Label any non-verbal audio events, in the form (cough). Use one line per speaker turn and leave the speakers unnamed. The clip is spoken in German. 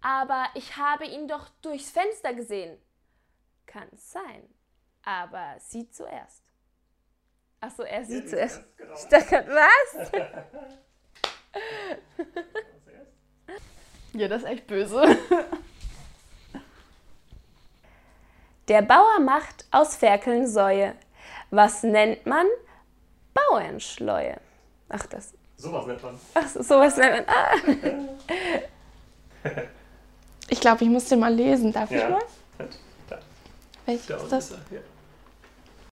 Aber ich habe ihn doch durchs Fenster gesehen. Kann sein. Aber sie zuerst. Achso, er sieht
sie
zuerst.
zuerst, genau.
Ich dachte, was?
(laughs)
Ja, das ist echt böse.
Der Bauer macht aus Ferkeln Säue. Was nennt man? Bauernschleue. Ach, das.
Sowas nennt man.
Ach, so- sowas nennt man. Ah.
Ich glaube, ich muss den mal lesen. Darf ich
Ja.
mal?
Da,
Welches
da
ist
unten
das?
ist er. Ja.